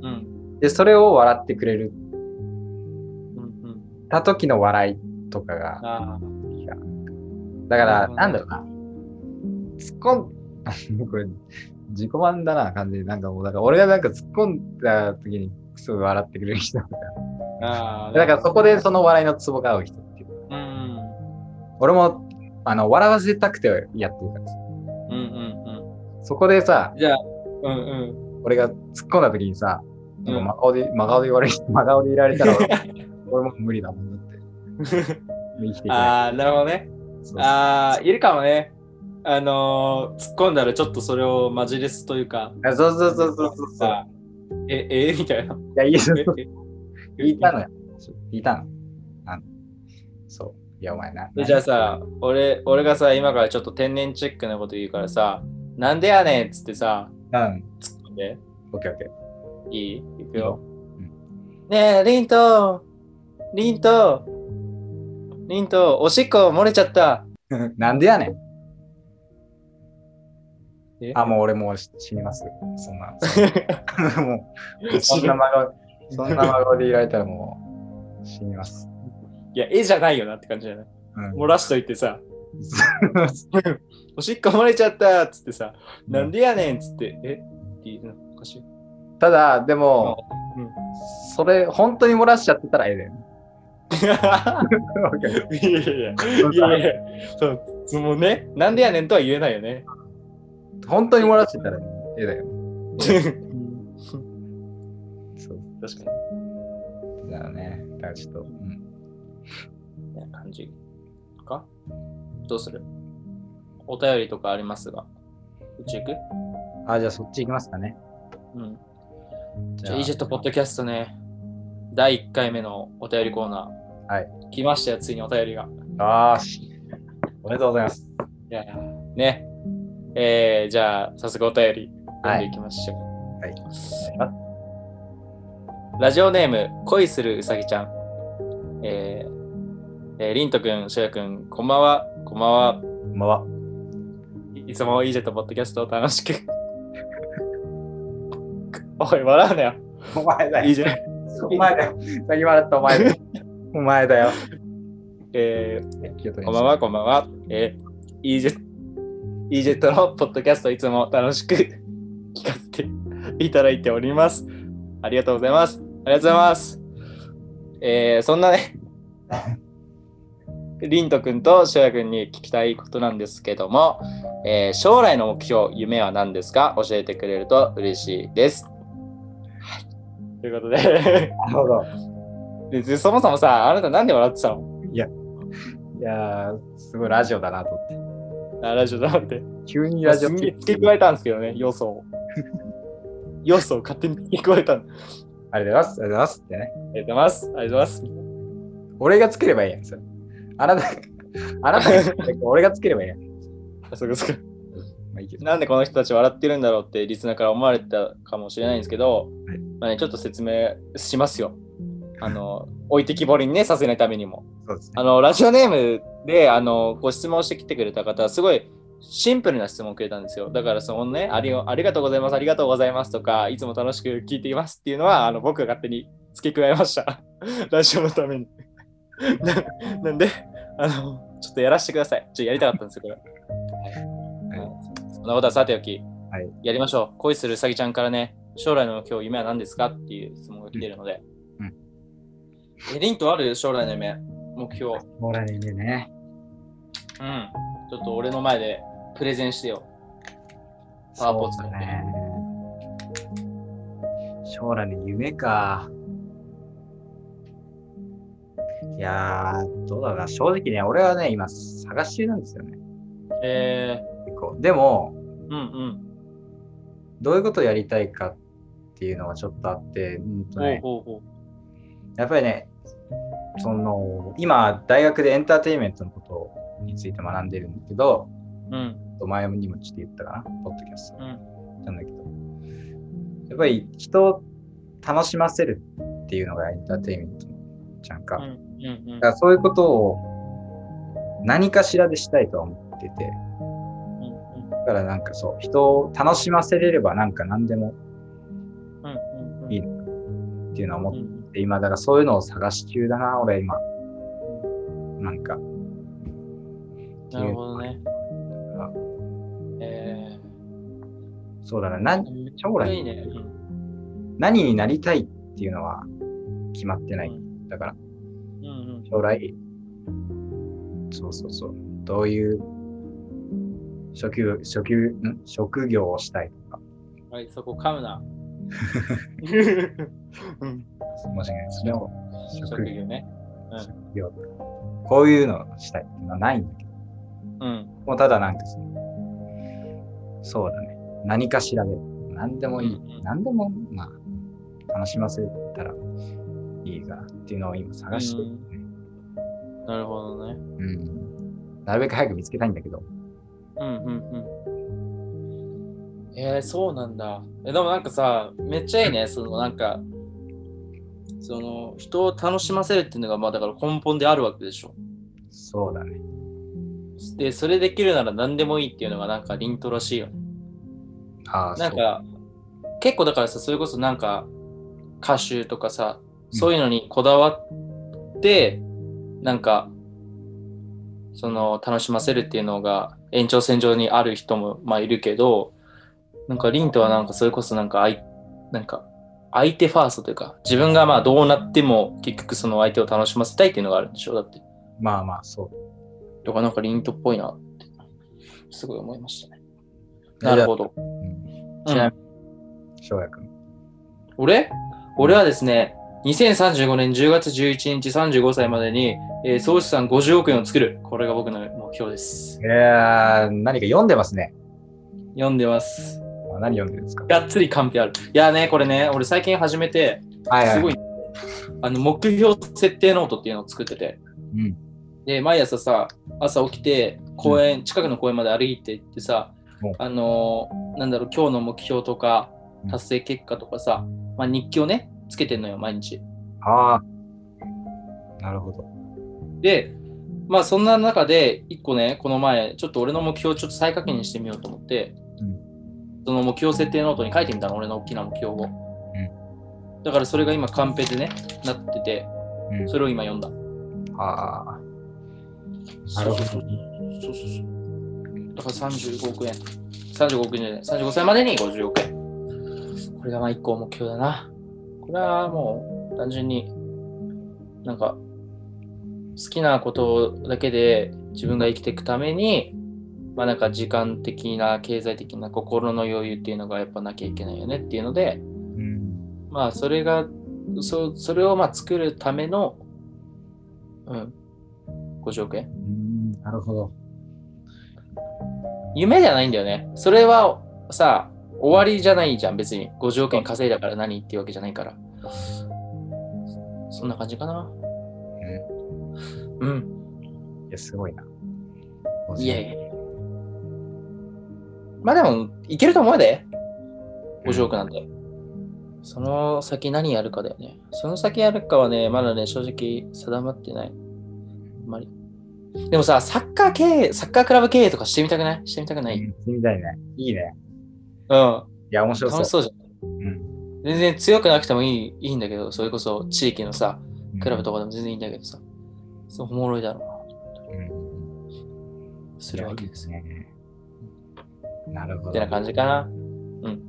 うん。で、それを笑ってくれるうん。うん。た時の笑いとかが、ああ。だから、うんなんだろうな。突っ込ん、 これ、自己満だな、感じで。なんかもう、だから俺がなんか突っ込んだ時に、すごい笑ってくれる人とか。ああ。だからそこでその笑いのツボが合う人っていう。うん。俺も、あの、笑わせたくてやってるからさうんうんそこでさうん。、じゃあ、うんうん。俺が突っ込んだ時にさ、なんうかん真顔で、真顔で言われ、 真顔でいられたら俺、 俺も無理だもんだって。生きていけない。ああ、なるほどね。そうああ、いるかもね。あのー、突っ込んだらちょっとそれをマジレスというか、あそうそうそうそうそうそう。さえ、 えみたいな。いや、いいそうえ言いたのよ。言いたの。あのそう。いや、お前な。でじゃあさ、俺、俺がさ、今からちょっと天然チェックなこと言うからさ、なんでやねんっつってさ、うん。突っ込んで、オッケーオッケー。いいいくよいいよ。ねえ、リントリントリントおしっこ漏れちゃったなんでやねん。えあ、もう俺もう死にます。そん な。もう、そんな真顔、そんな真顔でいられたらもう死にます。 いや、絵じゃないよなって感じじゃないうん。漏らしといてさ、おしっこ漏れちゃったっつってさ、なんでやねんっつって、えっていうのおかしい。ただ、でも、 うそれ、本当に漏らしちゃってたらええだよね。んオッケーいやいやいや、いやいや、そう、そのね、なんでやねんとは言えないよね。本当に漏らしてたらええだよね。 そう確かだよね。だからちょっと、うん、に。ね、感じかどうするお便りとかありますが。うち行くあ、じゃあそっち行きますかね。うん。じじゃあ、イージェットポッドキャストね、第1回目のお便りコーナー。はい。来ましたよ、ついにお便りが。あーし。おめでとうございます。いやね。えー、じゃあ、早速お便り読んでいきましょう。はい。ラジオネーム、恋するうさぎちゃん。えー、えー、りんとくん、しょやくん、こんばんは、こんばんは。こんばんは。いつもイージェットポッドキャストを楽しく。 おい、笑うなよ。お前だいいよ。じゃん。お前だよ。先笑ったお前だよ。お前だよ。えー、こんばんは、こんばんは。えー、イージェイージェットのポッドキャストいつも楽しく 聞かせていただいております。ありがとうございます。ありがとうございます。えー、そんなね、 りんとくんとしょうやくんに聞きたいことなんですけども、えー将来の目標、夢は何ですか教えてくれると嬉しいです。はい。ということで なるほど。でで、そもそもさ、あなたなんで笑ってたのいやー、すごいラジオだなと思って。あラジオだなって。急にいや、ラジすんオげえ付け加えたんですけどね、要素を。 要素を勝手に付け加えたんで。ありがとうございます。ありがとうございますってね。ありがとうございます。ありがとうございま俺がつければいいやん。それあなた、あなたがつければいい、俺がつければいいやん。す。あそこそこまあいいけど。なんでこの人たち笑ってるんだろうってリスナーから思われたかもしれないんですけど、はいまあね、ちょっと説明しますよ。あの、置いてきぼりにね、させないためにも。そうですね。あの、ラジオネームで、あの、ご質問してきてくれた方、すごいシンプルな質問をくれたんですよ。だから、そのね、ありありがとうございます、ありがとうございますとか、いつも楽しく聞いていますっていうのは、あの、僕が勝手に付け加えました。 ラジオのために。ななんで、あの、ちょっとやらせてください。ちょっとやりたかったんですよ、これ。はい。はいそんなことはさておき、はいやりましょう。恋するうさぎちゃんからね、将来の今日夢は何ですかっていう質問が来ているので。うんうえ、リンとある将来の夢、目標。もらえるね。うん。ちょっと俺の前でプレゼンしてよ。パワーポーズそかうらだねね。将来の夢か。いやー、どうだろうな。正直ね、俺はね、今、探し中なんですよね。え結構。でも、ー、うんどういうことをやりたいかっていうのはちょっとあって、うんうとん。ね、ほうほうほやっぱりね、その、今、大学でエンターテインメントのことについて学んでるんだけど、う。うん。前にもちょっと言ったかな、ポッドキャストうん。なんだけど、やっぱり人を楽しませるっていうのがエンターテインメントじゃんか。うん。うん。うんだからそういうことを何かしらでしたいとは思ってて、だからなんかそう、人を楽しませれればなんか何でもうん。うん。うん。いいっていうのは思っうん。て、今、だからそういうのを探し中だな、俺今。なんか、なるほどねあ。えそうだな、なー、将来いいね。うん何になりたいっていうのは決まってない。うだから、んうん。将来、そうそうそう、どういう職業、職業、ん職業をしたいとか、はい、そこ噛む な。うん申し訳ないですね。職職業業ね。職業とか、こういうのをしたいっていうのはないんだけど、うん。もうただなんかその、そうだね、何かしらで、何でもいい、うんうん何でも、まあ、楽しませたらいいかなっていうのを今探してるね。なるほどね。うん。なるべく早く見つけたいんだけど。うんうんうん。えー、そうなんだ。え、でもなんかさ、めっちゃいいね、そのなんか、その人を楽しませるっていうのが、まあだから根本であるわけでしょ。そうだね。で、それできるなら何でもいいっていうのがなんかリントらしいよね。ああ、なんそうか、結構だからさ、それこそなんか、歌手とかさ、うんそういうのにこだわって、なんか、その、楽しませるっていうのが延長線上にある人も、まあ、いるけど、なんか、リンとはなんか、それこそなんか、あいなんか、相手ファーストというか、自分がまあ、どうなっても、結局その相手を楽しませたいっていうのがあるんでしょだって。まあまあ、そう。とか、なんか、リンとっぽいなって、すごい思いましたね。なるほど。うん。うんちな翔也くん。俺俺はですね、2035年10月11日35歳までに、えー総資産50億円を作る。これが僕の目標です。いやー、何か読んでますね。読んでます。あ何読んでるんですかがっつりカンペある。いやね、これね、俺最近始めて、はすごい、あの、目標設定ノートっていうのを作ってて、うん。で、毎朝さ、朝起きて、公園、近くの公園まで歩いて行ってさうん、あのーなんだろう、今日の目標とかうん、達成結果とかさ、まあ、日記をね、つけてんのよ、毎日。ああ。なるほど。で、まあそんな中で、一個ね、この前、ちょっと俺の目標をちょっと再確認してみようと思って、うんその目標設定ノートに書いてみたの、俺の大きな目標を。だからそれが今、カンペでね、なってて、うんそれを今読んだ。ああ。なるほどそうそうそうそうそう。だから35億円。35億円じゃない。35歳までに50億円。これがまあ一個目標だな。これはもう単純になんか好きなことだけで自分が生きていくためにまあなんか時間的な経済的な心の余裕っていうのがやっぱなきゃいけないよねっていうのでうん。まあそれがそそれをまあ作るためのうん50億円うんなるほど。夢じゃないんだよね。それはさ、終わりじゃないじゃん、別に。50億円稼いだから何っていうわけじゃないから。そんな感じかな。ううん。ん。いや、すごいな。いやいや。まあでも、いけると思うで。50億なんで。その先何やるかだよね。その先やるかはね、まだね、正直定まってない。あんまり。でもさ、サッカー経営、サッカークラブ経営とかしてみたくないしてみたくなうん。い、してみたいね。いいね。うん。いや、面白そ楽うし。そうじゃん。全然強くなくてもいいいいんだけど、それこそ地域のさ、クラブとかでも全然いいんだけどさ、そうおもろいだろうん。うな、するわけですよ。ね。なるほってど。な感じかな。うん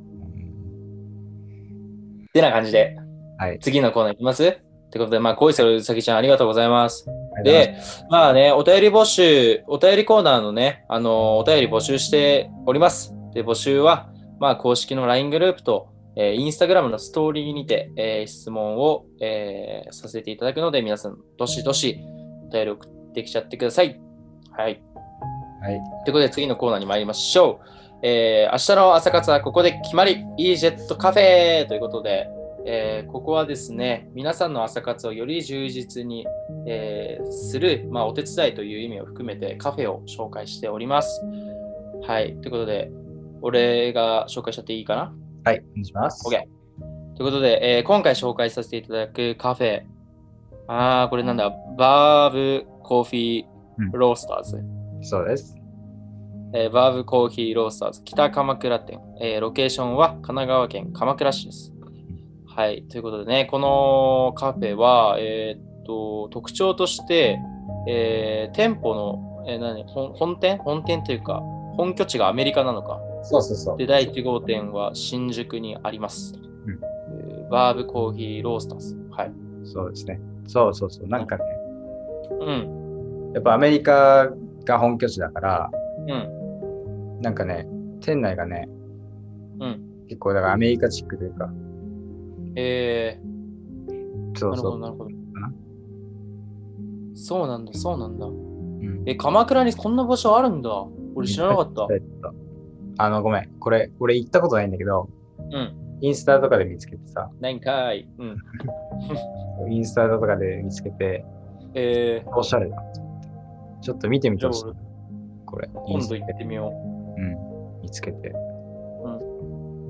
ってな感じで、はい。次のコーナーいきますってことで、まあ、恋するうさぎちゃんありがとうございます。ありがとうございで、まあね、お便り募集、お便りコーナーのね、あのーお便り募集しております。で、募集は、まあ、公式の LINE グループと、えー、Instagram のストーリーにて、えー質問を、えーさせていただくので、皆さん、どしどし、お便り送ってきちゃってください。はい。ますはい。ということで、次のコーナーに参りましょう。えー明日の朝活はここで決まり、e ジェットカフェということで、えーここはですね、皆さんの朝活をより充実に、えーする、まあ、お手伝いという意味を含めてカフェを紹介しております。はい。ということで、俺が紹介しちゃっていいかなはい。お願いします。 OK ということで、えー今回紹介させていただくカフェ、あー、これなんだ、バーブコーヒうんーロースターズ。そうです。えーバーブコーヒーロースターズ北鎌倉店、えーロケーションは神奈川県鎌倉市です。はい、ということでね、このカフェは、えーっと特徴として、えー店舗の、えー何本本店本店というか、本拠地がアメリカなのか。そうそうそう。で、第1号店は新宿にあります。んえーバーブコーヒーロースターズ。はい。そうですね。そうそうそう。なんかね、うん、やっぱアメリカが本拠地だから、うん、なんかね、店内がね、うん。結構だからアメリカチックというか、えー、そなうるほそど、う。なるほどな。そうなんだ、そうなんだ。うんえ、鎌倉にこんな場所あるんだ。俺知らなかった。えっとあの、ごめん。これ、俺行ったことないんだけど、うん。インスタとかで見つけてさ、ないんかい。うん。インスタとかで見つけて、えおしゃれだなと思って。ちょっと見てみてほしいじゃあ。これ、ー、イン今スタ度で行ってみようん、見つけて。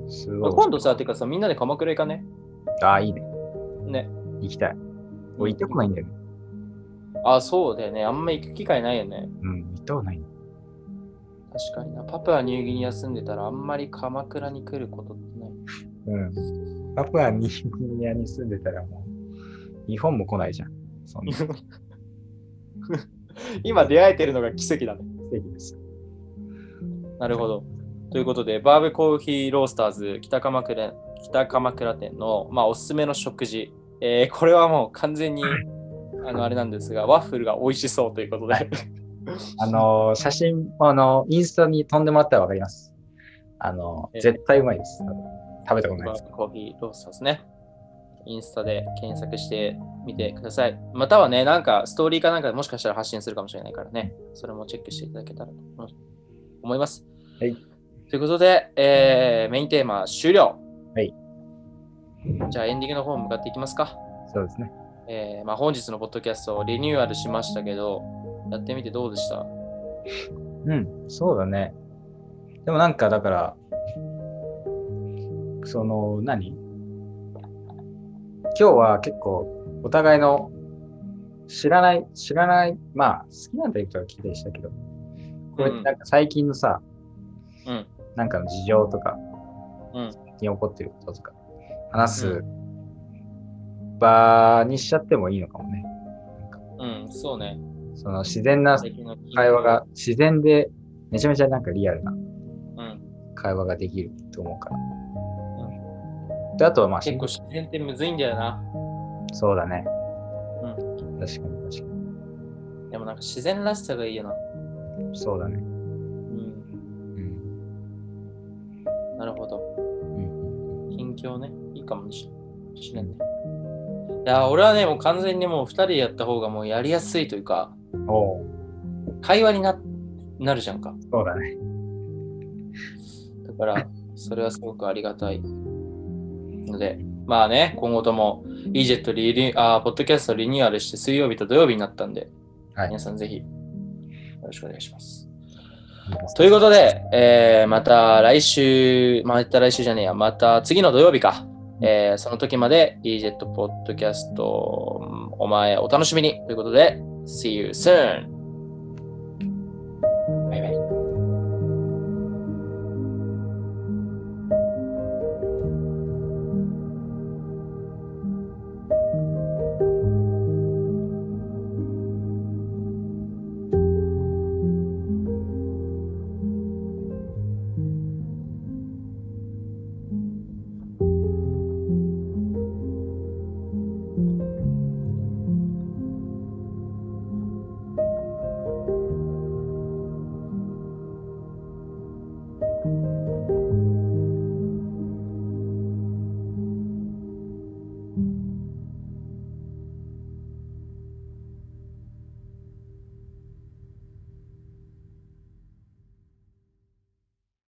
すう。ごまあい。今度さ、てかさ、みんなで鎌倉行かね。ああ、いいね。ね。行きたい。俺行ったことないんだよね。あ、そうだよね。あんま行く機会ないよね。うん、行ったことないんだよ。確かにな。パプアニューギニア住んでたら、あんまり鎌倉に来ることってない。うん。パプアニューギニアに住んでたらもう、日本も来ないじゃん。そんな今出会えてるのが奇跡だね。奇跡ですよ。なるほど。ということで、バーブコーヒーロースターズ北鎌倉北鎌倉店の、まあ、おすすめの食事、えーこれはもう完全にあのあれなんですが、ワッフルが美味しそうということで。あのー、写真、あのー、インスタに飛んでもらったらわかります。あのー、ええ絶対うまいです。食べたことないです。コーヒーロースターですね。インスタで検索してみてください。またはね、なんかストーリーかなんかでもしかしたら発信するかもしれないからね、それもチェックしていただけたらと思います。はい。ということで、えーメインテーマ終了。はい。じゃあエンディングの方向かっていきますか。そうですね。えーまあ、本日のポッドキャストをリニューアルしましたけど、やってみてどうでしたうん、そうだね。でもなんかだから、その、何今日は結構お互いの知らない、知らない、まあ好きなタイプは聞いたりしたけど、これうんなんか最近のさ、うん。なんかの事情とか、うん最近起こってることとか、話す場にしちゃってもいいのかもね。なんかうん、そうね。その自然な最近の聞いて会話が、自然で、めちゃめちゃなんかリアルなうん。会話ができると思うから。で、あとはまあ、結構自然ってむずいんだよな。そうだね。う確かに確かでもなんか自然らしさがいいよな。に。そうだね。うん。うん。なるほど。う近ん、況ね、いいかもしれない。いや、俺はね、もう完全にもう2人でやった方がもうやりやすいというか、おお、会話にななるじゃんか。そうだね。だから、それはすごくありがたい。ので、まあね、今後とも EJET リリあーポッドキャストリニューアルして水曜日と土曜日になったんで、はい皆さんぜひよろしくお願いします。ということで、えーまた来週、また来週じゃねえや、また次の土曜日か、えーその時まで EJET ポッドキャストお前お楽しみにということで、See you soon!